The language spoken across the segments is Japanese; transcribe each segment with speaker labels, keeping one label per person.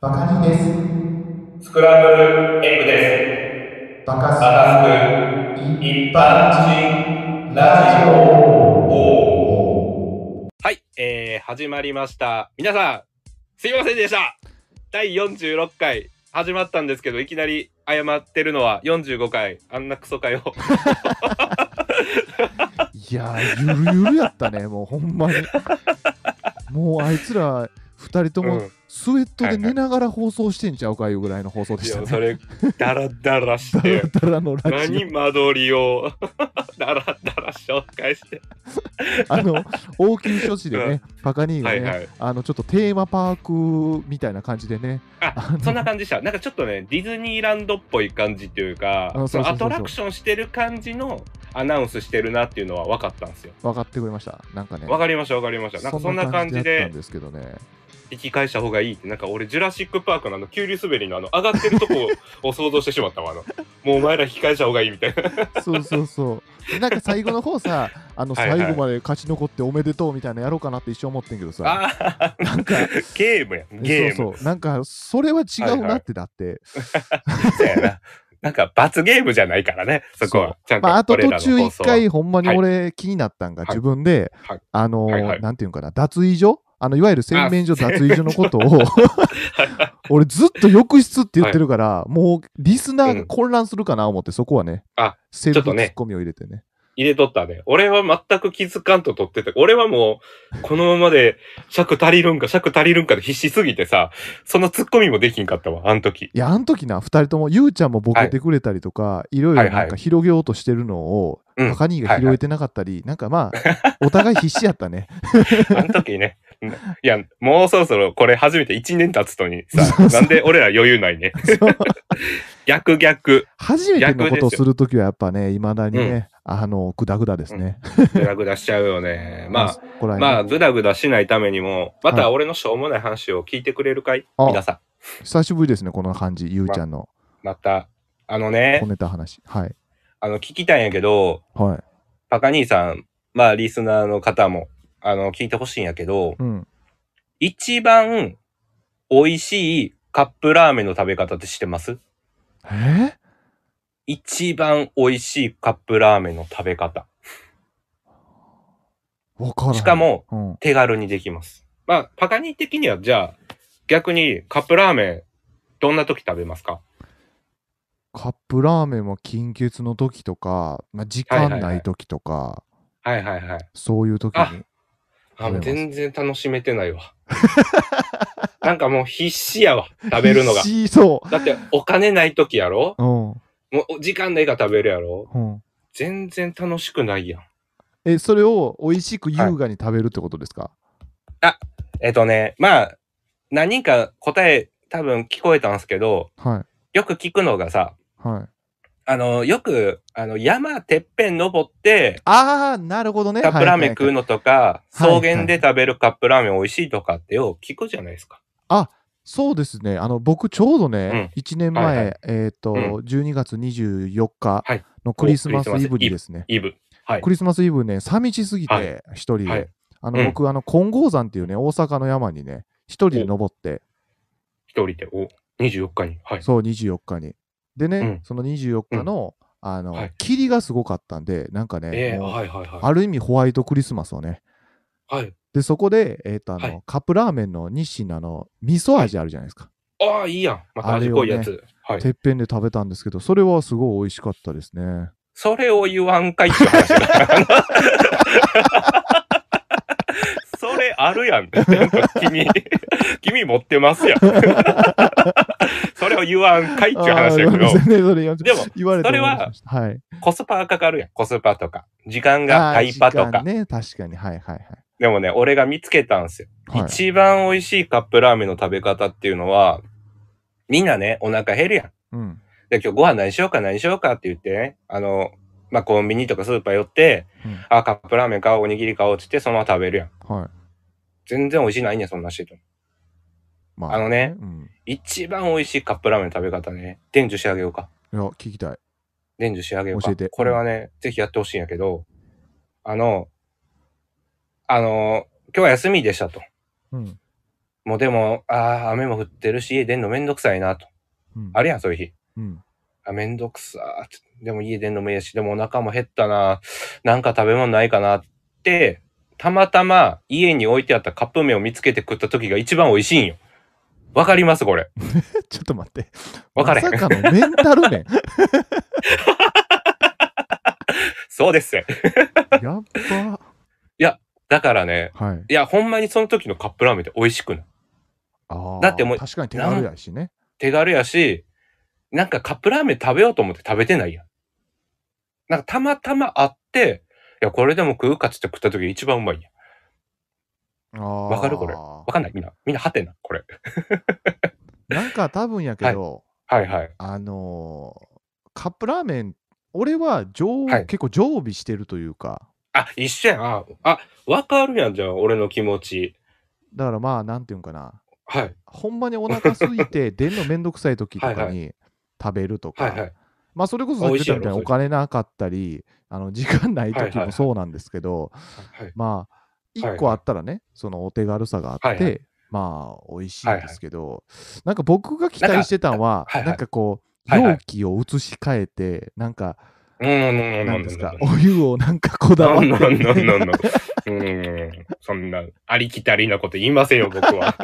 Speaker 1: バカニです。
Speaker 2: スクランブルエッグです。
Speaker 1: バカ
Speaker 2: ア
Speaker 1: す
Speaker 2: ナスク一般人ラジオ。はい、えー、始まりました。皆さん、すいませんでした。第46回始まったんですけど、いきなり謝ってるのは45回、あんなクソかよ。
Speaker 3: いやー、ゆるゆるやったね、 もうほんまに。もうあいつら、二人と
Speaker 2: う
Speaker 3: も
Speaker 2: ん
Speaker 3: スウェットで寝ながら放送してんちゃうかいうぐらいの放送で
Speaker 2: い
Speaker 3: した
Speaker 2: や、
Speaker 3: ね。
Speaker 2: それ、ダラダラ して。
Speaker 3: だらのラジ
Speaker 2: 何間取りを ダラダラ紹介して。
Speaker 3: オ。あの、応急処置でね、パカニーが
Speaker 2: は
Speaker 3: ね、
Speaker 2: いはい。
Speaker 3: あの、ちょっとテーマパークみたいな感じでね、
Speaker 2: あそんな感じでした。なんかちょっとね、ディズニーランドっぽい感じというか、
Speaker 3: あ
Speaker 2: そ
Speaker 3: そうそうそうそう
Speaker 2: のアトラクションしてる感じのアナウンスしてるなっていうのは分かったんですよ。
Speaker 3: 分かってくれました。なんかね。
Speaker 2: 分かりました、分かりました。なんかそんな感じ
Speaker 3: やったん
Speaker 2: で
Speaker 3: ですけどね。
Speaker 2: 引き返した方がいいって、なんか俺、ジュラシック・パークのあの、急流滑りのあの、上がってるとこ を想像してしまったわ。あの、もうお前ら引き返した方がいいみたいな。
Speaker 3: そうそうそう。なんか最後の方さ、あの、
Speaker 2: はいはい
Speaker 3: 最後まで勝ち残っておめでとうみたいなのやろうかなって一生思ってんけどさ。
Speaker 2: ああ、なんか、ゲームや。ゲーム。そ
Speaker 3: そううそう。なんか、それは違うなってだって。
Speaker 2: やな。なんか、罰ゲームじゃないからね、そこ
Speaker 3: そう
Speaker 2: は。ちゃんと、
Speaker 3: まあ、あと
Speaker 2: 俺
Speaker 3: 途
Speaker 2: らの
Speaker 3: 中
Speaker 2: 放
Speaker 3: 一
Speaker 2: 送は
Speaker 3: 回、ほんまに俺気になったんが、
Speaker 2: はい
Speaker 3: 自分で、
Speaker 2: はい
Speaker 3: あのー
Speaker 2: はいはい
Speaker 3: なんていうんかな、脱衣所あの、いわゆる洗面所、
Speaker 2: あ
Speaker 3: 脱衣所のことを、 俺ずっと浴室って言ってるから、もうリスナーが混乱するかな思って、そこはね、
Speaker 2: あ
Speaker 3: セルフ
Speaker 2: ちょっと
Speaker 3: ツ
Speaker 2: ね
Speaker 3: ッコミを入れてね。
Speaker 2: 入れとったね。俺は全く気づかんと取ってた。俺はもう、このままで尺足りるんか、尺足りるんかで必死すぎてさ、そのツッコミもできんかったわ、あの時。
Speaker 3: いや、あの時な、二人とも、ゆうちゃんもボケてくれたりとか、い、ろいろ
Speaker 2: は
Speaker 3: ないん
Speaker 2: は
Speaker 3: か広げようとしてるの
Speaker 2: う
Speaker 3: を、
Speaker 2: ん
Speaker 3: バカ兄が拾えてなかったり、なんかまあ、お互い必死やっ たね。
Speaker 2: あの時ね。 いや、もうそろそろこれ初めて1年経つのに
Speaker 3: そ
Speaker 2: さ、
Speaker 3: うそう
Speaker 2: なんで俺ら余裕ないね。逆逆、
Speaker 3: 初めてのこと
Speaker 2: 逆
Speaker 3: を
Speaker 2: ですよ
Speaker 3: するときはやっぱね、いまだにね、あの、グダグダですね。
Speaker 2: ぐだぐだしちゃうよね。ま
Speaker 3: こら
Speaker 2: あ、
Speaker 3: へん
Speaker 2: まあ、ぐだぐだしないためにも、ま
Speaker 3: は
Speaker 2: た
Speaker 3: い
Speaker 2: 俺のしょうもない話を聞いてくれるかい
Speaker 3: あ
Speaker 2: 皆さん。
Speaker 3: 久しぶりですね、この感じ、ゆうちゃんの
Speaker 2: また、あのね
Speaker 3: 小、ネタ話。はい。
Speaker 2: あの、聞きたいんやけど、
Speaker 3: はい。
Speaker 2: パカ兄さん、まあ、リスナーの方も、あの、聞いてほしいんやけど、
Speaker 3: うん。
Speaker 2: 一番美味しいカップラーメンの食べ方って知ってます
Speaker 3: えー
Speaker 2: 一番美味しいカップラーメンの食べ方。
Speaker 3: わからん。
Speaker 2: しか、も、
Speaker 3: うん。
Speaker 2: 手軽にできます。まあ、パカ兄的には、じゃあ、逆にカップラーメン、どんな時食べますか
Speaker 3: カップラーメンは金欠の時とか、まあ、時間ない時とか、
Speaker 2: はいはいはい。
Speaker 3: そういう時に。
Speaker 2: あ、
Speaker 3: 食べます
Speaker 2: 全然楽しめてないわ。 なんかもう必死やわ、食べるのが
Speaker 3: 必。死そ
Speaker 2: だって、お金ない時やろ
Speaker 3: う。うん。
Speaker 2: もう、時間ないから食べるやろ
Speaker 3: うん。
Speaker 2: 全然楽しくないやん。
Speaker 3: え、それを美味しく優雅に食べるってことですか、
Speaker 2: えっとね、まあ、何人か答え多分聞こえたんですけど、
Speaker 3: はい。
Speaker 2: よく聞くのがさ、
Speaker 3: はい。
Speaker 2: あの、よく、あの、山てっぺん登って、
Speaker 3: あー、なるほどね。
Speaker 2: カップラーメン
Speaker 3: はい
Speaker 2: 食
Speaker 3: は
Speaker 2: う
Speaker 3: いは
Speaker 2: の
Speaker 3: い
Speaker 2: とか、
Speaker 3: はいはい
Speaker 2: 草原で食べるカップラーメン美味しいとかってよう聞くじゃないですか。
Speaker 3: そうですね。あの、僕、ちょうどね、1年前、
Speaker 2: はいは
Speaker 3: えっ、と、
Speaker 2: うん
Speaker 3: 12月24日
Speaker 2: はい
Speaker 3: のクリスマス
Speaker 2: おクリスマス
Speaker 3: イブ
Speaker 2: イ
Speaker 3: に
Speaker 2: ブ
Speaker 3: ですね。
Speaker 2: イブ。はい
Speaker 3: ク。リスマスイブね、寂しすぎ
Speaker 2: は
Speaker 3: て、一人で、
Speaker 2: はい
Speaker 3: あの、
Speaker 2: うん
Speaker 3: 僕、あの、金剛山っていうね、大阪の山にね、一人で登って、
Speaker 2: 一人で、お、24日に。はい。
Speaker 3: そう、24日に。でね、
Speaker 2: うん
Speaker 3: その24日の、あの、
Speaker 2: はい
Speaker 3: 霧がすごかったんで、なんかね、
Speaker 2: ええ
Speaker 3: もう
Speaker 2: はいはいは
Speaker 3: ある意味ホワイトクリスマスをね、
Speaker 2: い。はい。
Speaker 3: で、そこで、えっ、と、あの、
Speaker 2: はい
Speaker 3: カップラーメンの日清のあの、味噌味あるじゃないですか。
Speaker 2: ああ、いいやん。また味濃いやつ。はい。
Speaker 3: てっぺんで食べたんですけど、それはすごい美味しかったです ね。
Speaker 2: それを言わんかいっていう話だから なそれあるやん。なんか 君、君持ってますやん。 それを言わんかいっていう話だけ
Speaker 3: あーごめんな
Speaker 2: ど
Speaker 3: さい、ねそれ言わ
Speaker 2: でも
Speaker 3: 言われて
Speaker 2: それは
Speaker 3: 思い出しましたはい。
Speaker 2: コスパかかるやん。コスパとか。時間が
Speaker 3: あー
Speaker 2: タイパと
Speaker 3: 時
Speaker 2: か。
Speaker 3: 間ね、確かに。はいはいは
Speaker 2: でもね、俺が見つけたんですよ、
Speaker 3: い。はい、
Speaker 2: 一番美味しいカップラーメンの食べ方っていうのは、みんなね、お腹減るやん。
Speaker 3: うん。
Speaker 2: で、今日ご飯何しようか何しようかって言ってね、あの、まあ、コンビニとかスーパー寄って、
Speaker 3: うん
Speaker 2: あ、カップラーメン買おう、おにぎり買おうって言って、そのまま食べるやん。
Speaker 3: はい。
Speaker 2: 全然美味しいないねん、そんなしてても。
Speaker 3: ま
Speaker 2: あのね
Speaker 3: うん。
Speaker 2: 一番美味しいカップラーメンの食べ方ね、伝授してあげようか。
Speaker 3: いや、聞きたい。
Speaker 2: 伝授してあげようか。
Speaker 3: 教えて
Speaker 2: これはね、ぜひやってほしいんやけど、あの、あの、今日は休みでしたと。
Speaker 3: うん。
Speaker 2: もうでも、ああ、雨も降ってるし、家出んのめんどくさいなと。
Speaker 3: うん
Speaker 2: あるやん、そういう日。
Speaker 3: うん
Speaker 2: あ、めんどくさーって。でも家出んのもええし、でもお腹も減ったな。なんか食べ物ないかなって、たまたま家に置いてあったカップ麺を見つけて食った時が一番美味しいんよ。わかりますこれ。
Speaker 3: ちょっと待って。
Speaker 2: わかれへん
Speaker 3: まさかのメンタル面。
Speaker 2: そうですね。
Speaker 3: やっ
Speaker 2: だからね、
Speaker 3: ば。はい。
Speaker 2: いや、ほんまにその時のカップラーメンって美味しくない。
Speaker 3: あー
Speaker 2: だってもう
Speaker 3: 確かに手軽やしね。
Speaker 2: 手軽やし、なんかカップラーメン食べようと思って食べてないやん。なんかたまたまあって、いや、これでも食うかっつって食った時が一番うまいやん。
Speaker 3: わ
Speaker 2: かるこれわかんないみんな。みんなはてな、これ。
Speaker 3: なんか多分やけど、
Speaker 2: はいはい。
Speaker 3: あのーカップラーメン、俺は常、
Speaker 2: はい
Speaker 3: 結構常備してるというか、
Speaker 2: あ、一緒やん。あ、あわかるやんじゃん、俺の気持ち。
Speaker 3: だからまあ、なんていうんかな、
Speaker 2: はい。
Speaker 3: ほんまにお腹空い て出んのめんどくさい時と
Speaker 2: はい
Speaker 3: か
Speaker 2: は
Speaker 3: に食べるとか、
Speaker 2: はいはい。
Speaker 3: まあそれこそさっき言ったみたい
Speaker 2: 美味しいやろ
Speaker 3: にお金なかったり、あの時間ない
Speaker 2: はい
Speaker 3: 時
Speaker 2: はいは
Speaker 3: も
Speaker 2: い
Speaker 3: そうなんですけど、
Speaker 2: はい、
Speaker 3: まあ、
Speaker 2: はいはい
Speaker 3: 一個あったらね、そのお手軽さがあって、
Speaker 2: はいは
Speaker 3: まあ、美味しいんですけど、なんか僕が期待してたのは、
Speaker 2: なんかはいはい
Speaker 3: なんかこう、
Speaker 2: はいはい
Speaker 3: 容器を移し替えて、なんか、
Speaker 2: うん、うん、うん、
Speaker 3: なんですか、
Speaker 2: うん
Speaker 3: お湯をなんかこだわ
Speaker 2: う
Speaker 3: っ
Speaker 2: ん、うん、うん、
Speaker 3: て、
Speaker 2: うん、うん。そんな、ありきたりなこと言いませんよ、僕は。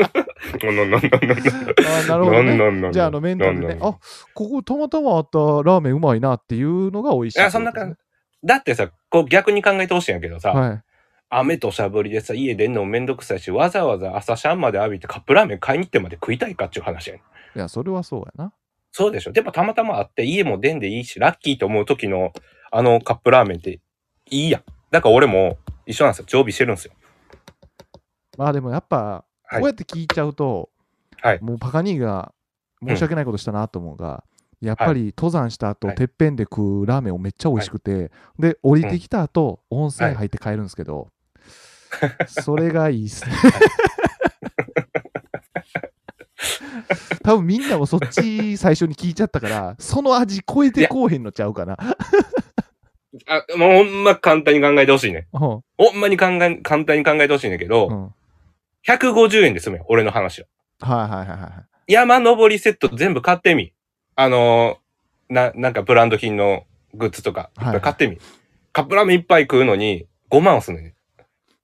Speaker 2: うん、うん、うん、うん。
Speaker 3: あ なるほどね
Speaker 2: うん、うん、
Speaker 3: じゃあ、あの、メンタルでね、あここたまたまあったラーメンうまいなっていうのが美味しい、
Speaker 2: いや、そんな感じ。だってさ、こう逆に考えてほしいんやけどさ、
Speaker 3: はい。
Speaker 2: 雨としゃぶりでさ、家出んのもめんどくさいし、わざわざ朝シャンまで浴びてカップラーメン買いに行ってまで食いたいかっていう話やねん。
Speaker 3: いや、それはそうやな。
Speaker 2: そうでしょ。でもたまたまあって、家も出んでいいし、ラッキーと思う時のあのカップラーメンっていいやん。だから俺も一緒なんですよ。常備してるんですよ。
Speaker 3: まあでもやっぱ、
Speaker 2: はい
Speaker 3: こうやって聞いちゃうと、
Speaker 2: はい
Speaker 3: もうパカ兄が申し訳ないことしたなと思うが、やっぱり登山した後、
Speaker 2: はい
Speaker 3: てっぺんで食うラーメンをめっちゃ美味しくて、で降りてきた後、温泉入って帰るんですけど、それがいい っすね。多分みんなもそっち最初に聞いちゃったから、その味超えてこうへんのちゃうかな。
Speaker 2: あ、もうほんま簡単に考えてほしいね。
Speaker 3: うん
Speaker 2: ほんまに考え、簡単に考えてほしいんだけど、
Speaker 3: うん
Speaker 2: 150円で済むよ。俺の話は。
Speaker 3: はいはいはいはい。
Speaker 2: 山登りセット全部買ってみ。あのーな、なんかブランド品のグッズとか、いっぱい買ってみ。カップラーメンいっぱい食うのに5万はすんのね。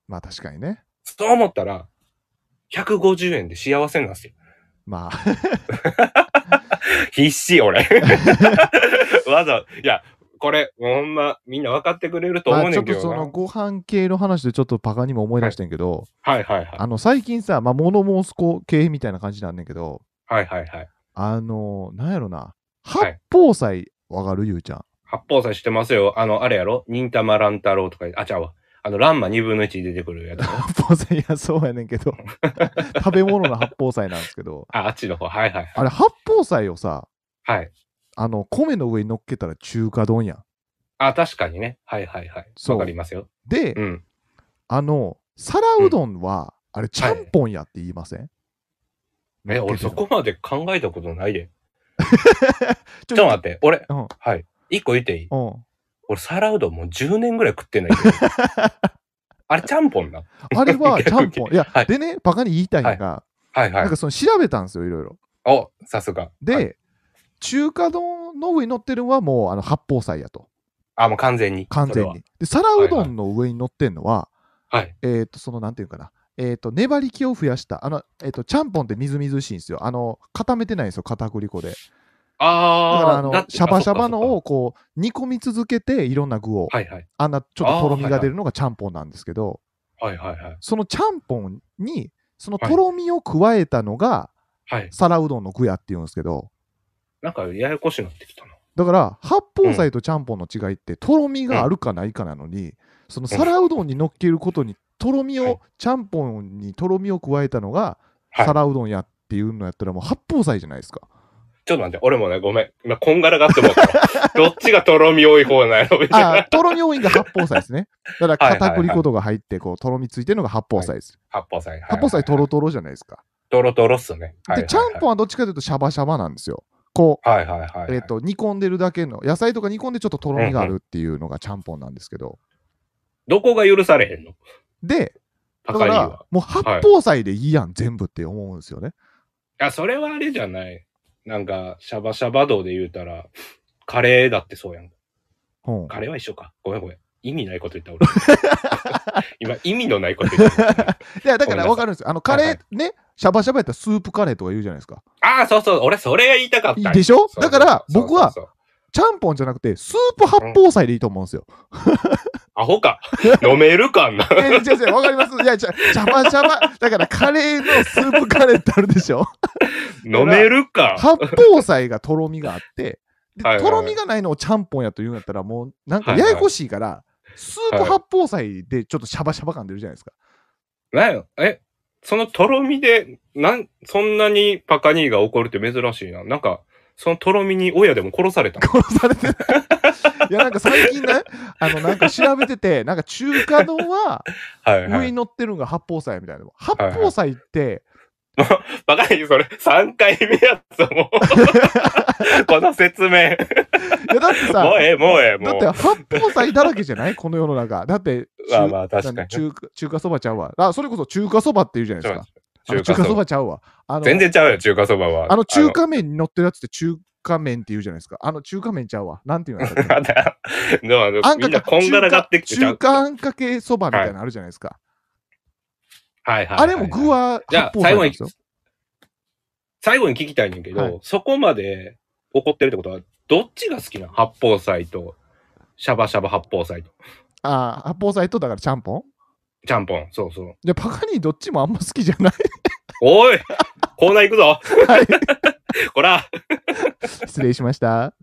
Speaker 3: まあ確かにね。
Speaker 2: そう思ったら、150円で幸せなんですよ。
Speaker 3: まあ
Speaker 2: 必死、俺。 わざ、いや、これ、ほんま、みんな分かってくれると思
Speaker 3: ま
Speaker 2: う
Speaker 3: あ、
Speaker 2: ね
Speaker 3: ちょ
Speaker 2: ん
Speaker 3: っ
Speaker 2: け
Speaker 3: と
Speaker 2: ど
Speaker 3: そ
Speaker 2: な。
Speaker 3: のご飯系の話でちょっとパカにも思い出してんけど、
Speaker 2: はいはいはい。
Speaker 3: あの最近さ、まあ、物申す子系みたいな感じなんねんけど、
Speaker 2: はいはいはい。
Speaker 3: あのー、なんやろな、
Speaker 2: は
Speaker 3: 八
Speaker 2: い
Speaker 3: 宝菜わかるゆうちゃん。
Speaker 2: 八宝菜してますよ。あの、あれやろ忍たま乱太郎とか、あ、ちゃうわ。あの、ランマ2分の1出てくる やつ。あ、
Speaker 3: 八宝菜、いや、そうやねん けど、食べ物の八宝菜なんですけど、
Speaker 2: あっちの方。はいはい
Speaker 3: あれ、八宝菜をさ、
Speaker 2: はい。はい。
Speaker 3: あの、米の上に乗っけたら中華丼やん。
Speaker 2: あ、確かにね。はいはいはい。
Speaker 3: そう
Speaker 2: わかりますよ。
Speaker 3: で、
Speaker 2: うん。
Speaker 3: あの、皿うどんは、あれ、ちゃんぽんやって言いません、
Speaker 2: え、
Speaker 3: 乗
Speaker 2: 俺
Speaker 3: っけて
Speaker 2: そ
Speaker 3: る
Speaker 2: こまで考えたことないで。
Speaker 3: ち
Speaker 2: ちょっと待って、俺、
Speaker 3: うん
Speaker 2: はい。一個言っていい
Speaker 3: うん、
Speaker 2: 俺、皿うどんもう10年ぐらい食ってない けど。あれ、ちゃんぽんな。
Speaker 3: あれはちゃんぽん。いや、
Speaker 2: はい
Speaker 3: でね、バカに言いたいのが、
Speaker 2: はいは
Speaker 3: なん
Speaker 2: い
Speaker 3: か。その調べたんですよ、いろいろ。
Speaker 2: お、さすが。
Speaker 3: で、
Speaker 2: はい
Speaker 3: 中華丼の上に乗ってるのはもうあの八宝菜やと、
Speaker 2: あ、もう完全に。
Speaker 3: 完全
Speaker 2: それ
Speaker 3: に。で、皿うどんの上に乗ってるのは、
Speaker 2: は。はい。
Speaker 3: えっ、と、そのなんていうかな、えっ、と、粘り気を増やした、あの、えっ、と、ちゃんぽんってみずみずしいんですよ。あの、固めてないんですよ、片栗粉で。だ
Speaker 2: あー
Speaker 3: から、あの
Speaker 2: だっ、て
Speaker 3: シャバシャバ
Speaker 2: あ
Speaker 3: の
Speaker 2: そ
Speaker 3: を
Speaker 2: っか
Speaker 3: こう、煮込み続けて、いろんな具を、
Speaker 2: そっかはいはい。
Speaker 3: あんなちょっととろみが出るのがちゃんぽんなんですけど、
Speaker 2: はいはいはい。
Speaker 3: そのちゃんぽんに、その
Speaker 2: はい
Speaker 3: とろみを加えたのが、
Speaker 2: はい。
Speaker 3: 皿うどんの具やっていうんですけど、
Speaker 2: なんか、ややこしになってきたな。
Speaker 3: だから八宝菜とちゃんぽんの違いってとろみがあるかないかなのに、その皿うどんに乗っけることにとろみを、
Speaker 2: はい
Speaker 3: ちゃんぽんにとろみを加えたのが
Speaker 2: はい。ちょっ
Speaker 3: 皿うどんやっていうのやったらもう八宝菜じゃないですか。
Speaker 2: と待って、俺もね、ごめん。今、こんがらがってもうた。 どっちがとろみ多い方なのみ たい
Speaker 3: あ
Speaker 2: な
Speaker 3: あ。とろみ多いんが八宝菜ですね。
Speaker 2: は
Speaker 3: だから
Speaker 2: いはいはい
Speaker 3: 片栗粉とか入ってこうとろみついてるのが八宝菜です。
Speaker 2: 八宝菜。
Speaker 3: 八宝菜とろ
Speaker 2: と
Speaker 3: とろじゃないですか。
Speaker 2: ろ。とろとろっすね。はい
Speaker 3: でちゃんぽん
Speaker 2: ん。
Speaker 3: はどっちかというとシャバシャバなんですよ。こう、
Speaker 2: はいはいはい。
Speaker 3: えっ、と煮込んでるだけの野菜とか煮込んでちょっととろみがあるっていうのがちゃんぽんなんですけど。
Speaker 2: どこが許されへんの
Speaker 3: で、だか
Speaker 2: 高い
Speaker 3: ら
Speaker 2: わ。、
Speaker 3: もう八宝菜でいいやん、全部って思うんですよね。
Speaker 2: あ、それはあれじゃない。なんか、シャバシャバ道で言うたら、カレーだってそうやん。
Speaker 3: うん、
Speaker 2: カレーは一緒か。ごめんごめん。意味ないこと言った俺。今、意味のないこと言った。
Speaker 3: いや、だか
Speaker 2: ごめんなさ
Speaker 3: ら
Speaker 2: い
Speaker 3: 分かるんですよ。あの、カレー、
Speaker 2: はい
Speaker 3: ね、シャバシャバやったらスープカレーとか言うじゃないですか。
Speaker 2: ああ、そうそう。俺、それが言いたかったんよ。
Speaker 3: でしょ
Speaker 2: そう
Speaker 3: だから、
Speaker 2: そうそう
Speaker 3: 僕は、
Speaker 2: そう
Speaker 3: ちゃんぽんじゃなくて、スープ八宝菜でいいと思うんですよ。
Speaker 2: アホか。飲めるか な。
Speaker 3: えー、違う違う、わかりますいや、じゃ、シャバシャバ。だから、カレーのスープカレーってあるで しょ
Speaker 2: 飲めるか。
Speaker 3: 八宝菜がとろみがあって、で
Speaker 2: はいはいはい
Speaker 3: とろみがないのをちゃんぽんやと言うんやったら、もう、なんかややこしいから、スープ八宝菜でちょっとシャバシャバ感出るじゃないですか。
Speaker 2: なんやえ、そのとろみで、なん、そんなにパカニーが怒るって珍しいな。なんか、そのとろみに親でも殺されたの。
Speaker 3: 殺されて いや、なんか最近ね、あの、なんか調べてて、なんか中華丼は、
Speaker 2: はいは
Speaker 3: 上
Speaker 2: い
Speaker 3: に。乗ってるのが八宝菜みたいなの。八宝菜って、
Speaker 2: バカニー、それ、3回目やつも うこの説明。
Speaker 3: いやだ ってさ、
Speaker 2: もうええ、もうええ、
Speaker 3: だ
Speaker 2: も
Speaker 3: っ
Speaker 2: う
Speaker 3: て。八宝菜だらけじゃないこの世の中。だって、
Speaker 2: まあまあ、確か
Speaker 3: なん
Speaker 2: に
Speaker 3: だ。中華中華そばちゃうわ。あ、それこそ中華そばって言うじゃないですか。あの中華そばちゃうわ。あの
Speaker 2: 全然ちゃうよ、中華そばは。
Speaker 3: あの中華麺に乗ってるやつって中華麺って言うじゃないですか。あの中華麺ちゃうわ。なんていう の
Speaker 2: あの。まだ、でもあの
Speaker 3: あん
Speaker 2: み
Speaker 3: か
Speaker 2: んな
Speaker 3: け
Speaker 2: こんがらがってきてちゃ
Speaker 3: 中華
Speaker 2: う
Speaker 3: 中。華あんかけそばみたいなのあるじゃないですか。
Speaker 2: はいはい。
Speaker 3: あれも具は
Speaker 2: じゃ
Speaker 3: 八
Speaker 2: あ
Speaker 3: 宝菜なんですよ。
Speaker 2: 最後に聞きたいねんだけど、
Speaker 3: はい
Speaker 2: そこまで怒ってるってことは、どっちが好きなの八宝菜と、シャバシャバ八宝菜と、
Speaker 3: あー八宝菜とだからちゃんぽん
Speaker 2: ちゃんぽん。そうそう。
Speaker 3: でパカニーどっちもあんま好きじゃない。
Speaker 2: おいコーナー行くぞ
Speaker 3: はい
Speaker 2: こら
Speaker 3: 失礼しました。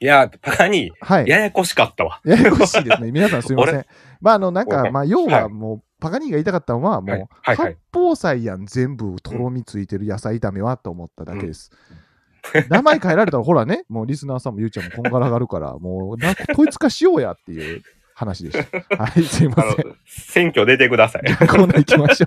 Speaker 2: いや、パカに、
Speaker 3: はい。
Speaker 2: ややこしかったわ。
Speaker 3: ややこしいですね。皆さんすみません。まあ、あの、なん
Speaker 2: ごめ
Speaker 3: か、
Speaker 2: ん
Speaker 3: まあ、要
Speaker 2: はい
Speaker 3: はもう、パガニーが言いたかったのは、もう、
Speaker 2: はい はいはい
Speaker 3: 八宝菜やん、全部とろみついてる野菜炒めはと思っただけです。名前変えられたら、ほらね、もうリスナーさんもゆうちゃんもこんがらがるから、もう、なんか統一化しようやっていう話で した。はい、すいま
Speaker 2: あ
Speaker 3: せん
Speaker 2: の。、選挙出てくだ さい。
Speaker 3: コーナー行きま しょ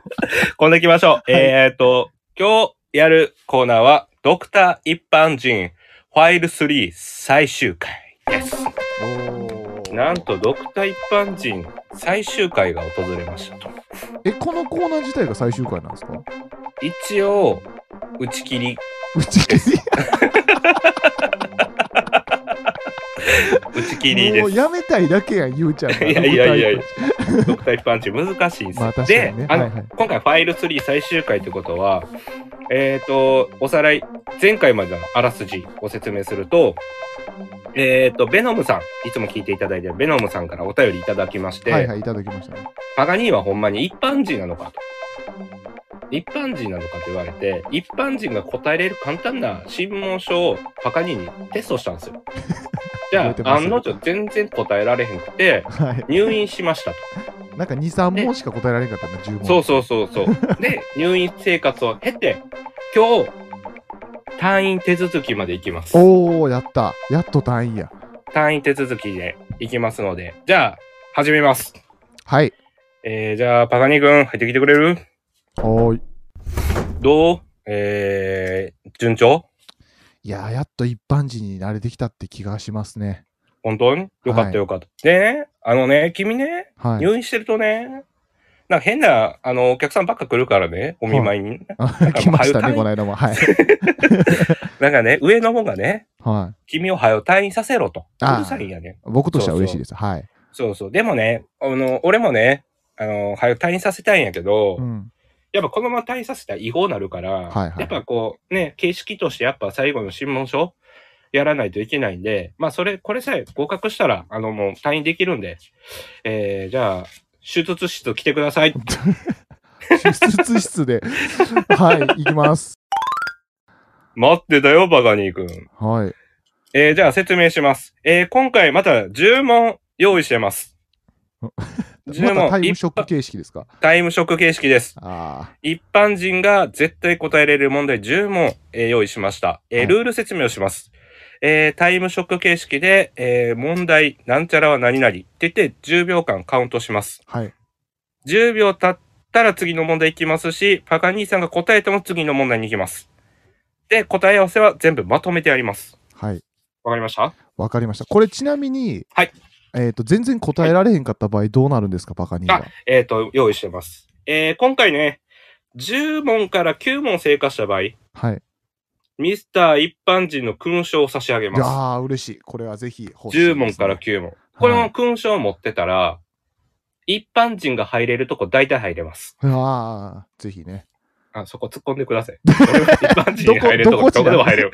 Speaker 2: こんでいきましょう。えっ、ー、と、今日やるコーナーは、ドクター一般人、ファイル3最終回です。
Speaker 3: う。
Speaker 2: なんと、ドクター一般人最終回が訪れましたと。
Speaker 3: え、このコーナー自体が最終回なんですか
Speaker 2: 一応、打ち切り、
Speaker 3: 打ち切り
Speaker 2: 打ち切りで
Speaker 3: もう
Speaker 2: す。
Speaker 3: やめたいだけやん、ゆうちゃんが。
Speaker 2: いやいやいやいやドクター一般人難しいです。
Speaker 3: まあ確か
Speaker 2: で、
Speaker 3: にね
Speaker 2: あの、
Speaker 3: はいはい
Speaker 2: 今回ファイル3最終回ってことは、えっ、と、おさらい、前回までのあらすじを説明すると、えっ、と、ベノムさん、いつも聞いていただいてるベノムさんからお便りいただきまして、
Speaker 3: はいはい、いただきましたね。
Speaker 2: パガニーはほんまに一般人なのかと。一般人なのかと言われて、一般人が答えれる簡単な尋問書をパガニーにテストしたん ですよ。じゃ
Speaker 3: 覚えて
Speaker 2: あ、
Speaker 3: ます
Speaker 2: 案の定全然答えられへんくて、
Speaker 3: はい。
Speaker 2: 入院しましたと。
Speaker 3: なんか2、3問しか答えられなかったの、10問。
Speaker 2: そうそうそう そう。で、入院生活を経て、今日、退院手続きまで行きます。
Speaker 3: おー、やった。やっと単位や。
Speaker 2: 退院手続きで行きますので、じゃあ、始めます。
Speaker 3: はい。
Speaker 2: えー、じゃあ、パガニー君、入ってきてくれる
Speaker 3: おーい。
Speaker 2: どうえー、順調
Speaker 3: いやー、やっと一般人に慣れてきたって気がしますね。
Speaker 2: 本当によかっ
Speaker 3: はい
Speaker 2: たよかった。でね、あのね、君ね、
Speaker 3: はい。
Speaker 2: 入院してるとね、なんか変な、あの、お客さんばっか来るからね、お見舞いに。
Speaker 3: あ 来ました
Speaker 2: は
Speaker 3: ね、
Speaker 2: い
Speaker 3: この間も。はい。
Speaker 2: なんかね、上の方がね、
Speaker 3: はい。
Speaker 2: 君を早う退院させろと。う
Speaker 3: あー
Speaker 2: るさいんやねん。
Speaker 3: 僕としては嬉しいです。はい。
Speaker 2: そうそう。でもね、あの、俺もね、あの、早く退院させたいんやけど、
Speaker 3: うん。
Speaker 2: やっぱこのまま退院させたら違法になるから、
Speaker 3: はいはい
Speaker 2: やっぱこう、ね、形式としてやっぱ最後の審問書やらないといけないんで、まあそれ、これさえ合格したら、あの、もう退院できるんで、えー、じゃあ、手術室来てください。
Speaker 3: 手術室で。はい、行きます。
Speaker 2: 待ってたよ、バカニー君。
Speaker 3: はい。
Speaker 2: えー、じゃあ説明します。えー、今回また10問用意してます。
Speaker 3: ま
Speaker 2: 10
Speaker 3: たタ
Speaker 2: 問
Speaker 3: イム
Speaker 2: 一
Speaker 3: ショック形式ですか
Speaker 2: タイムショック形式です。
Speaker 3: あ
Speaker 2: 一般人が絶対答えれる問題10問、えー用意しました。えー
Speaker 3: はい
Speaker 2: ルール説明をします。えータイムショック形式で、えー問題、なんちゃらは何々って言って10秒間カウントします。
Speaker 3: あ。はい。
Speaker 2: 10秒経ったら次の問題いきますし、パカ兄さんが答えても次の問題に行きます。で、答え合わせは全部まとめてやります。
Speaker 3: はい。
Speaker 2: わかりました
Speaker 3: わかりました。これちなみに、
Speaker 2: はい
Speaker 3: えっ、と、全然答えられへんかった場合どうなるんですか、バカ兄は。
Speaker 2: えっ、と、用意してます。えー今回ね、10問から9問正解した場合、
Speaker 3: はい。
Speaker 2: ミスター一般人の勲章を差し上げ
Speaker 3: いや
Speaker 2: ま
Speaker 3: ー、嬉しい。これはぜひ
Speaker 2: す。
Speaker 3: 欲しいです
Speaker 2: 10
Speaker 3: ね、
Speaker 2: 問から9問。これも勲章を持ってたら、一般人が入れるとこ大体入れます。
Speaker 3: ああ、ぜひね。
Speaker 2: あ、そこ突っ込んでください。一般人に入れるとこ、ど
Speaker 3: どこ
Speaker 2: こでも入れる。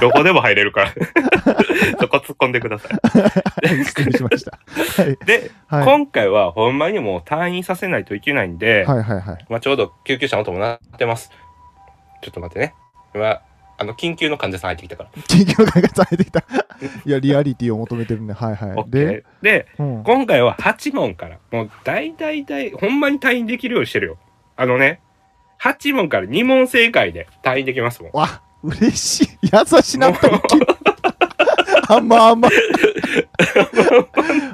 Speaker 2: どこでも入れるから。 そこ突っ込んでください。
Speaker 3: 失礼しま した。はい。
Speaker 2: で、
Speaker 3: はい。
Speaker 2: 今回はほんまにもう退院させないといけないんで、
Speaker 3: はいはいはい。
Speaker 2: まあちょうど救急車の音も鳴ってます。ちょっと待ってね。今、あの、緊急の患者さん入ってきたから。
Speaker 3: 緊急の解決されてきた。いや、リアリティを求めてるね。はいは
Speaker 2: オ
Speaker 3: い。
Speaker 2: ッケー
Speaker 3: で、
Speaker 2: でで、
Speaker 3: うん、はい
Speaker 2: 今回は8問から、もう大大大、ほんまに退院できるようにしてるよ。あのね、8問から2問正解で退院できますもん。
Speaker 3: わ、嬉しい。優しいなっ てきあんまあんま。あ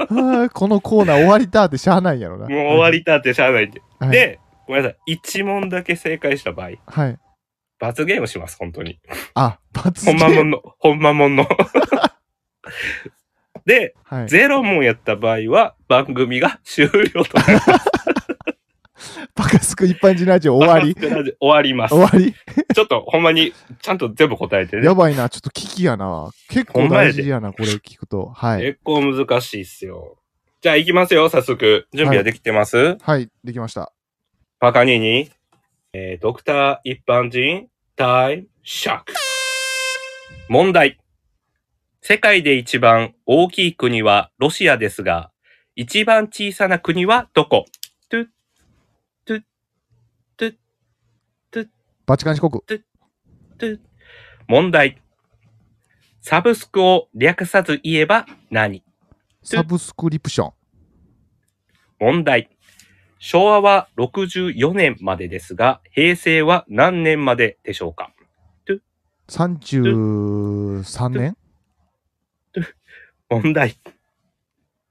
Speaker 3: ーこのコーナー終わりたってしゃあないんやろ
Speaker 2: も
Speaker 3: な。
Speaker 2: う終わりたってしゃあないんで。
Speaker 3: はい、
Speaker 2: で、ごめんなさい。1問だけ正解した場合、
Speaker 3: はい。
Speaker 2: 罰ゲームします、本当に。
Speaker 3: あ、罰ゲ
Speaker 2: ほんまも
Speaker 3: ーム。
Speaker 2: んの、ほんまもんの。で、
Speaker 3: はい。
Speaker 2: 0問やった場合は、番組が終了となります。
Speaker 3: バカすく一般人ラジオ終わり。
Speaker 2: 終わります
Speaker 3: 終。わり
Speaker 2: ちょっと、ほんまに、ちゃんと全部答えてね
Speaker 3: や。ばいな。ちょっと危機やな。結構大事やな、これ聞くと。はい。
Speaker 2: 結構難しいっすよ。じゃあ、行きますよ、早速。準備はできてます、
Speaker 3: はい、できました。
Speaker 2: パカニーニ、えー、ドクター一般人、タイムシャーク。問題。世界で一番大きい国はロシアですが、一番小さな国はどこトゥッ、トゥッ、トゥッ、
Speaker 3: バチカン四国。
Speaker 2: トゥッ。問題。サブスクを略さず言えば何
Speaker 3: サブスクリプション。
Speaker 2: 問題。昭和は64年までですが、平成は何年まででしょうか
Speaker 3: 33年
Speaker 2: 問題。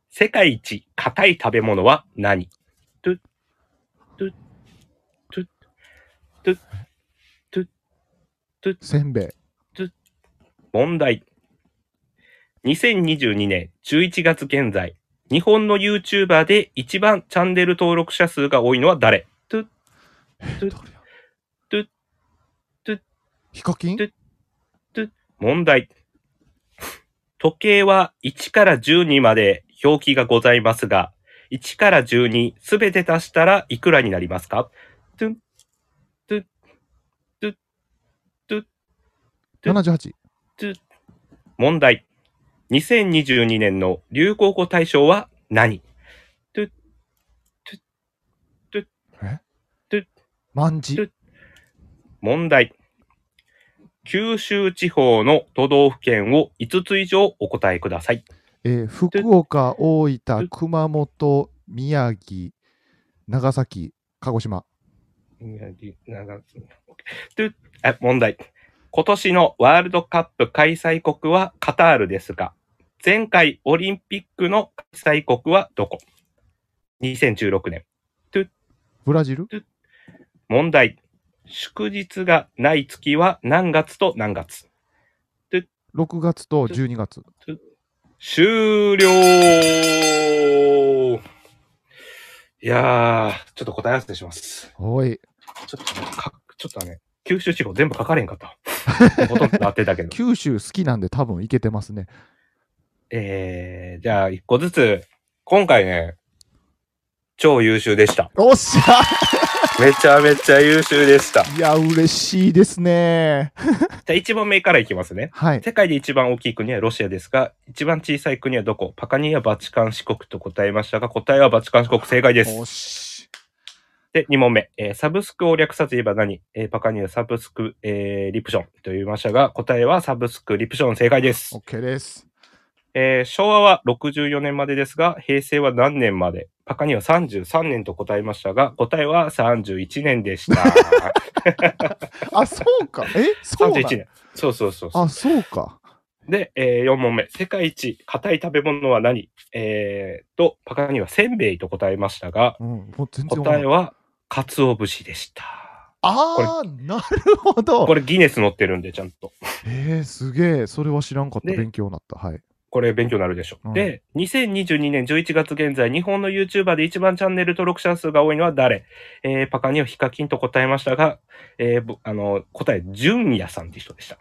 Speaker 2: 世界一硬い食べ物は何トゥッ、トゥッ、トゥッ、トゥッ、トゥッ、トゥッ。
Speaker 3: せんべい。
Speaker 2: 問題。2022年11月現在、日本の YouTuber で一番チャンネル登録者数が多いのは誰トゥッ、トゥッ
Speaker 3: どれや
Speaker 2: トゥットゥッ
Speaker 3: ヒカキン
Speaker 2: トゥ問題。時計は1から12まで表記がございますが、1から12すべて足したらいくらになりますかトゥン、トゥン、トゥン、トゥン。
Speaker 3: 78。
Speaker 2: 問題。2022年の流行語大賞は何
Speaker 3: 万字。
Speaker 2: 問題。九州地方の都道府県を5つ以上お答えください。
Speaker 3: えー福岡、大分、熊本、宮城、長崎、鹿児島。
Speaker 2: 宮城長崎トゥあ問題。今年のワールドカップ開催国はカタールですが、前回オリンピックの開催国はどこ ?2016 年。
Speaker 3: ブラジル
Speaker 2: 問題。祝日がない月は何月と何月
Speaker 3: ?6 月と12月。
Speaker 2: 終了いやー、ちょっと答え合わせします。
Speaker 3: おい、
Speaker 2: ちょっとね、かちょっとね、九州地方全部書かれへんかった。 ほとんどなってたけど。
Speaker 3: 九州好きなんで多分いけてますね。
Speaker 2: えー、じゃあ、一個ずつ、今回ね、超優秀でした。
Speaker 3: おっしゃ
Speaker 2: めちゃめちゃ優秀でした。じ
Speaker 3: いや、嬉しいですね。
Speaker 2: ゃあ、一問目からいきますね。
Speaker 3: はい。
Speaker 2: 世界で一番大きい国はロシアですが、一番小さい国はどこパカニーはバチカン四国と答えましたが、答えはバチカン四国正解です。
Speaker 3: おし。
Speaker 2: で、2問目、えーサブスクを略さず言えば何、えーパカニアサブスク、えーリプションと言いましたが、答えはサブスクリプション正解です。
Speaker 3: OK です。
Speaker 2: えー昭和は64年までですが、平成は何年までパカニアは33年と答えましたが、答えは31年で した。
Speaker 3: あ、そ うか。えそう
Speaker 2: 31
Speaker 3: だ。
Speaker 2: 年。そうそうそうそう
Speaker 3: あ、そうか。
Speaker 2: で、え4問目、世界一硬い食べ物は何えー、と、パカニアはせんべいと答えましたが、
Speaker 3: うん、もう全然わかん
Speaker 2: 答
Speaker 3: ない
Speaker 2: えは鰹節でした。
Speaker 3: あー、なるほど
Speaker 2: こ。れギネス載ってるんで、ちゃんと。
Speaker 3: えー、すげえ。それは知らんかった。
Speaker 2: で
Speaker 3: 勉強になった。はい。
Speaker 2: これ勉強になるでしょ。
Speaker 3: うん
Speaker 2: で、2022年11月現在、日本の YouTuber で一番チャンネル登録者数が多いのは誰えー、パカにはヒカキンと答えましたが、えーぼあの、答え、純也さんって人でした。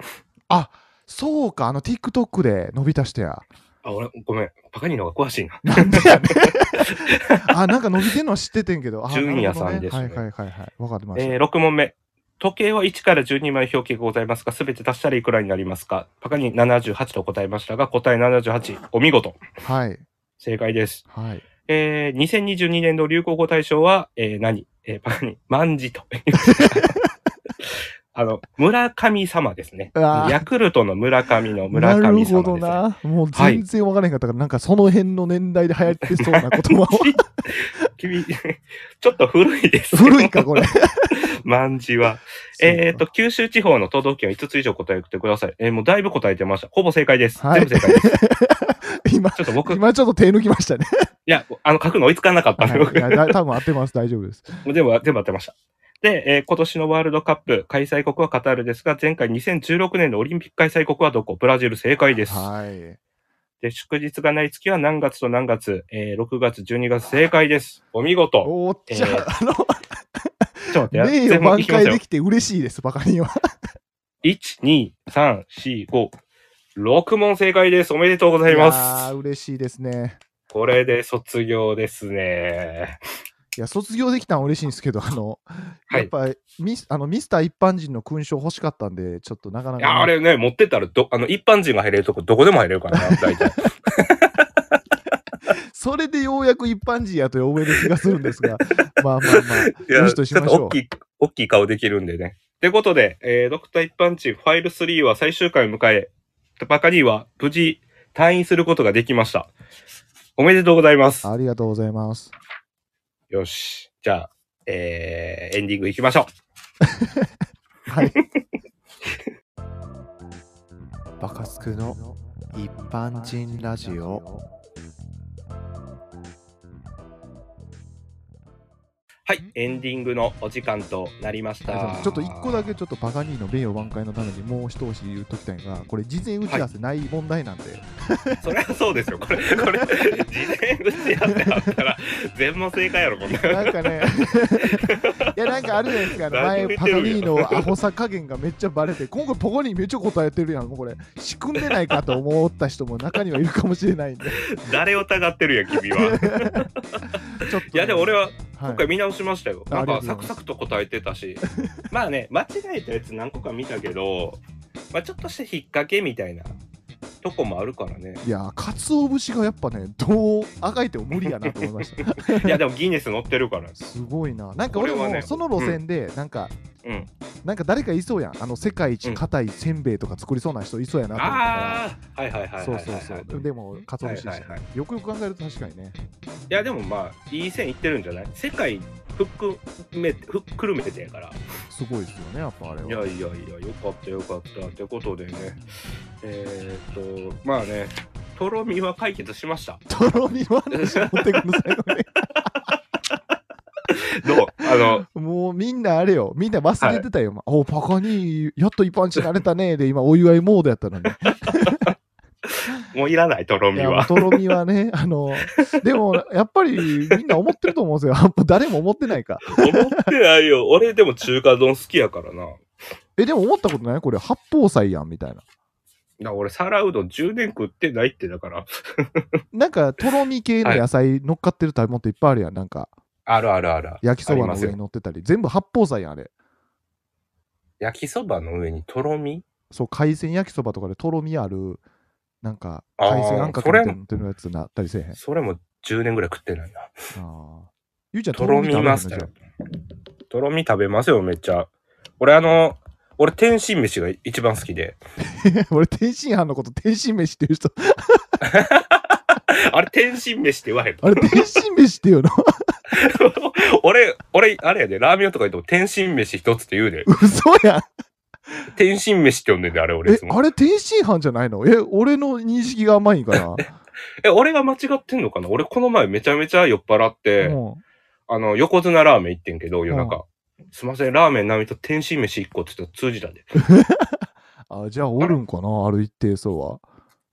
Speaker 3: あそうか、あの TikTok で伸びた人 や。
Speaker 2: あ、俺、ごめん。パカニの方が詳しいな。
Speaker 3: なんでやねんあ、なんか伸びてんのは知っててんけど。あ
Speaker 2: ジュニアさんですね
Speaker 3: なるほどはいはいはいはい。わかりました。
Speaker 2: えー、6問目。時計は1から12枚表記がございますが、すべて足したらいくらになりますかパカニ78と答えましたが、答え78。お見事。
Speaker 3: はい。
Speaker 2: 正解です。
Speaker 3: はい。
Speaker 2: えー、2022年度流行語大賞は、えー、何えー、パカニ、万事と。 あの、村神様ですね。
Speaker 3: あー
Speaker 2: ヤクルトの村上の村
Speaker 3: な
Speaker 2: 神
Speaker 3: るほ
Speaker 2: 様
Speaker 3: ど
Speaker 2: です、ね。
Speaker 3: な。もう全然わからへんかったから、なんかその辺の年代で流行ってそうな言葉を。
Speaker 2: 君、 ちょっと古いですけど。
Speaker 3: 古いか、これ。
Speaker 2: 万事は。えっ、と、九州地方の都道府県を5つ以上答えてください。えーもうだいぶ答えてました。ほぼ正解です。
Speaker 3: はい
Speaker 2: 全部正解です。
Speaker 3: 今、
Speaker 2: ちょっと僕、い
Speaker 3: 今ちょっと手抜きましたね。
Speaker 2: や、あの、書くの追いつかなかったんで、
Speaker 3: はい、い
Speaker 2: 僕
Speaker 3: やだ多分合ってます。大丈夫です。
Speaker 2: もう全部、全部当てました。で、えー今年のワールドカップ、開催国はカタールですが、前回2016年のオリンピック開催国はどこブラジル正解です。
Speaker 3: はい。
Speaker 2: で、祝日がない月は何月と何月、えー6月、12月正解です。お見事。
Speaker 3: おー
Speaker 2: えー
Speaker 3: じゃあ、あ
Speaker 2: ち
Speaker 3: の、
Speaker 2: ょっと待って
Speaker 3: 名
Speaker 2: や、
Speaker 3: 誉
Speaker 2: 全部
Speaker 3: 挽
Speaker 2: いきます
Speaker 3: 回
Speaker 2: よ
Speaker 3: で。きて嬉しいです、バカには。
Speaker 2: 1、2、3、4、5。6問正解です。おめでとうございま
Speaker 3: やー
Speaker 2: す。
Speaker 3: 嬉しいですね。
Speaker 2: これで卒業ですね。
Speaker 3: いや、卒業できたのは嬉しいんですけど、あの、
Speaker 2: はい
Speaker 3: やっぱりミスあのミスター一般人の勲章欲しかったんで、ちょっとなかなか
Speaker 2: い
Speaker 3: ね、
Speaker 2: や、あれね、持ってったらど、あの、一般人が入れるとこ、どこでも入れるからな、大体。
Speaker 3: それでようやく一般人やと呼べる気がする んですが、まあまあ
Speaker 2: い
Speaker 3: まあ、
Speaker 2: や
Speaker 3: よ
Speaker 2: ちょ
Speaker 3: しと
Speaker 2: っ
Speaker 3: し
Speaker 2: と
Speaker 3: ましょ
Speaker 2: 大
Speaker 3: う
Speaker 2: き。い、大きい顔できるんでね。ってことで、えー、ドクター一般人ファイル3は最終回を迎え、バカニーは無事退院することができました。おめでとうございます。
Speaker 3: ありがとうございます。
Speaker 2: よし。じゃあ、えー、エンディング行きましょう。
Speaker 3: はい。
Speaker 1: バカスクの一般人ラジオ
Speaker 2: はい、エンディングのお時間となりました。
Speaker 3: ちょっと一個だけちょっとパガニーの名誉挽回のためにもう一押し言うときたいのが、これ事前打ち合わせない問 題なんで、
Speaker 2: それはそうですよ。これ、これ、事前打ち合わせあったら、全問正解やろ、こんな。
Speaker 3: なんかね、 いやなんかあるじゃないですか、あの
Speaker 2: だいぶ
Speaker 3: 前
Speaker 2: 見
Speaker 3: パ
Speaker 2: て
Speaker 3: ガ
Speaker 2: る
Speaker 3: ニー
Speaker 2: よ
Speaker 3: のアホさ加減がめっちゃバレて、今回パガニーめっちゃ答えてるやん、もうこれ、仕組んでないかと思った人も中にはいるかもしれないんで、
Speaker 2: 誰を疑ってるや、君は。
Speaker 3: ちょっとね、
Speaker 2: いや、でも俺は、
Speaker 3: はい、
Speaker 2: 今回見直しましたよ。
Speaker 3: あ
Speaker 2: なん
Speaker 3: あ
Speaker 2: か
Speaker 3: り
Speaker 2: サ
Speaker 3: が
Speaker 2: ク
Speaker 3: とうございます
Speaker 2: サクと答えてたし、 まあね、間違えたやつ何個か見たけど、まあちょっとした引っ掛けみたいなとこもあるから ね。
Speaker 3: いや、かつお節がやっぱね、どうあがいても無理やなと思いました。
Speaker 2: いや、でもギネス乗ってる から。
Speaker 3: すごいな。なんか俺
Speaker 2: これは
Speaker 3: も
Speaker 2: ね
Speaker 3: その路線で、なんか、
Speaker 2: うん。
Speaker 3: なんか誰かいそうやん。あの、世界一硬いせんべいとか作りそうな人いそうやなと思ったから。
Speaker 2: ああ、はいはいはいはいはいはい。
Speaker 3: そうそうそう。でも、かつお節でし
Speaker 2: はい
Speaker 3: た
Speaker 2: はい
Speaker 3: ね。よくよく考えると確かにね。
Speaker 2: いや、でもまあ、いい線いってるんじゃない世界含めて、ふっくるめてやから。
Speaker 3: すごいですよね、やっぱあれ
Speaker 2: いや
Speaker 3: は。
Speaker 2: いやいや、よかったよかった。ってことでね、えー、っと、まあね、とろみは解決しました。
Speaker 3: とろみの話持ってくの最 後ね。
Speaker 2: どう あの、
Speaker 3: もうみんなあれよ。みんな忘れてたよ。今おパカに、やっと一般人になれたね。で、今、お祝いモードやったのに。
Speaker 2: もういらない、とろ
Speaker 3: い
Speaker 2: み
Speaker 3: や、
Speaker 2: は。
Speaker 3: とろみはね、あの、でも、やっぱりみんな思ってると思うんですよ。やっぱ誰も思ってないか。
Speaker 2: 思ってないよ。俺でも中華丼好きやからな。だか
Speaker 3: え、でも思ったことないこれ、八宝菜やん、みたいな。
Speaker 2: ら俺皿うどん10年食ってないってだから。
Speaker 3: なんか、とろみ系の野菜乗っかってる食べ物っていっぱいあるやん。なんか、
Speaker 2: あるあるある。
Speaker 3: 焼きそば
Speaker 2: あり
Speaker 3: の
Speaker 2: ます
Speaker 3: 上
Speaker 2: よ
Speaker 3: に乗ってたり。全部八宝菜やん、あれ。
Speaker 2: 焼きそばの上にとろみ
Speaker 3: そう、海鮮焼きそばとかでとろみある、なんか、
Speaker 2: あー
Speaker 3: 海鮮あんかけみたいなの乗ってるやつなったりせえへん。あ
Speaker 2: それも10年ぐらい食ってないな。
Speaker 3: ーゆうちゃん、
Speaker 2: とろみ
Speaker 3: 食べるの
Speaker 2: マス
Speaker 3: じ
Speaker 2: タ
Speaker 3: ゃ
Speaker 2: ー
Speaker 3: ん。。
Speaker 2: とろみ食べますよ、めっちゃ。俺あの、俺天津飯が一番好きで。
Speaker 3: 俺、天津飯のこと、天津飯っていう人、
Speaker 2: あれ天津飯って言わへん。
Speaker 3: あれ、天津飯っていうの
Speaker 2: 俺、俺、あれやで、ラーメン屋とか行っても天津飯一つって言うで。
Speaker 3: 嘘やん。
Speaker 2: 天津飯って呼んでんで、あれ俺い
Speaker 3: え
Speaker 2: つ、も。
Speaker 3: あれ、天津飯じゃないのえ、俺の認識が甘いんかな。
Speaker 2: え、俺が間違ってんのかな俺この前めちゃめちゃ酔っ払って。
Speaker 3: もう
Speaker 2: あの、横綱ラーメン行ってんけど、夜中。すいません、ラーメン並みと天津飯1個って言ったら通じたんで。
Speaker 3: あ、じゃあ、おるんかな、ある一定層は。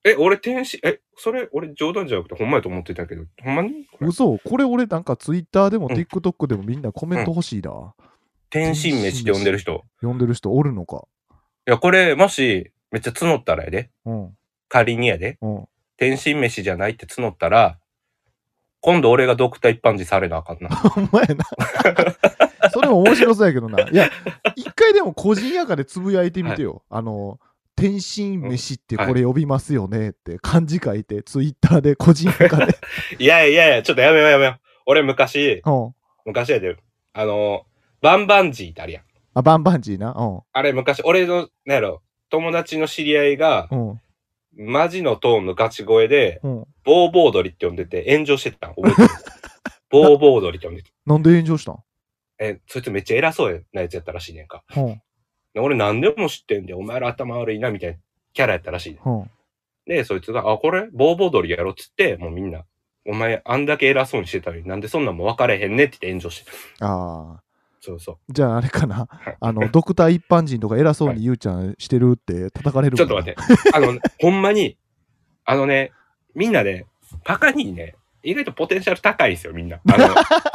Speaker 2: え、俺天使、え、それ、俺冗談じゃなくて、ほんまやと思ってたけど、ほんまにこれ
Speaker 3: 嘘これ俺なんかツイッターでも
Speaker 2: うん
Speaker 3: TikTok でもみんなコメント欲しいな。
Speaker 2: 天津飯って呼んでる人。
Speaker 3: 呼んでる人おるのか。
Speaker 2: いや、これ、もし、めっちゃ募ったらやで。
Speaker 3: うん。
Speaker 2: 仮にやで。
Speaker 3: うん。
Speaker 2: 天津飯じゃないって募ったら、今度俺がドクター一般人されなあかん な。
Speaker 3: ほんまやな。 それも面白そうやけどな。いや、一回でも個人やかでつぶやいてみてよ。あの、天津飯ってこれ呼びますよねって漢字書いて、ツイッターで個人やかで。
Speaker 2: いやいやいや、ちょっとやめようやめよう。俺昔、
Speaker 3: うん。
Speaker 2: 昔やで、あの、バンバンジーってあるやん。
Speaker 3: あ、バンバンジーな。う
Speaker 2: あれ昔、俺の、なんやろ、友達の知り合いが、
Speaker 3: ん。うん。
Speaker 2: マジのトーンのガチ声で、
Speaker 3: うん。
Speaker 2: ボーボー鳥って呼んでて炎上してたん覚えてる。ボーボー鳥って呼んでて。
Speaker 3: なんで炎上したん
Speaker 2: え、そいつめっちゃ偉そうなやつやったらしいねんか。
Speaker 3: うん。
Speaker 2: で俺何でも知ってんで、お前ら頭悪いな、みたいなキャラやったらしいねん。
Speaker 3: うん。
Speaker 2: で、そいつが、あ、これ、ボーボー鳥やろっつって、もうみんな、お前、あんだけ偉そうにしてたのに、なんでそんなんも分かれへんねって言って炎上してた。
Speaker 3: ああ。
Speaker 2: そうそ
Speaker 3: じゃああれかな
Speaker 2: はい。
Speaker 3: あの、ドクター一般人とか偉そうにゆうちゃんしてるって叩かれ
Speaker 2: う。
Speaker 3: る
Speaker 2: ちょっと待
Speaker 3: って。
Speaker 2: って。あの、ほんまに、あのね、みんなね、バカにね、意外とポテンシャル高いんですよ、みんな。あの、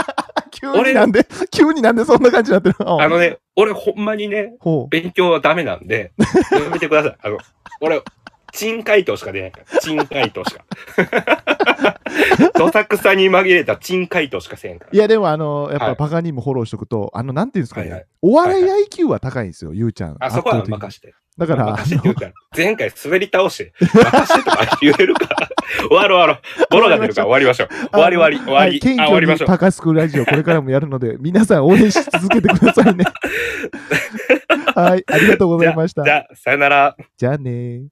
Speaker 3: 急になんで、急になんでそんな感じになってるの
Speaker 2: あのね、俺ほんまにね、
Speaker 3: ほ
Speaker 2: 勉強はダメなんで、やめてください。あの、俺、珍回答しか出ないから。珍回答しか。どさくさに紛れた珍回答しかせんから
Speaker 3: う。い。や、でも、あの、やっ
Speaker 2: は
Speaker 3: ぱ
Speaker 2: い
Speaker 3: パガニーもフォローしとくと、あの、なんていうんですか
Speaker 2: はいはい
Speaker 3: ね、お笑い IQ は高いんですよ、ゆうちゃん。
Speaker 2: あそこは
Speaker 3: 圧倒的に
Speaker 2: 任して。
Speaker 3: だから、あ
Speaker 2: 任せて言うから。前回滑り倒して、任せてとか言えるから。終わろう終わろう。ボロが出るから終わりましょう。終わり終わり終わ
Speaker 3: はい
Speaker 2: り。
Speaker 3: 謙
Speaker 2: あ終わり
Speaker 3: 虚
Speaker 2: ま
Speaker 3: に
Speaker 2: しょう。
Speaker 3: パカスクラジオ、これからもやるので、皆さん応援し続けてくださ いね。はい、ありがとうございました。
Speaker 2: じゃあ、さよなら。
Speaker 3: じゃあねー。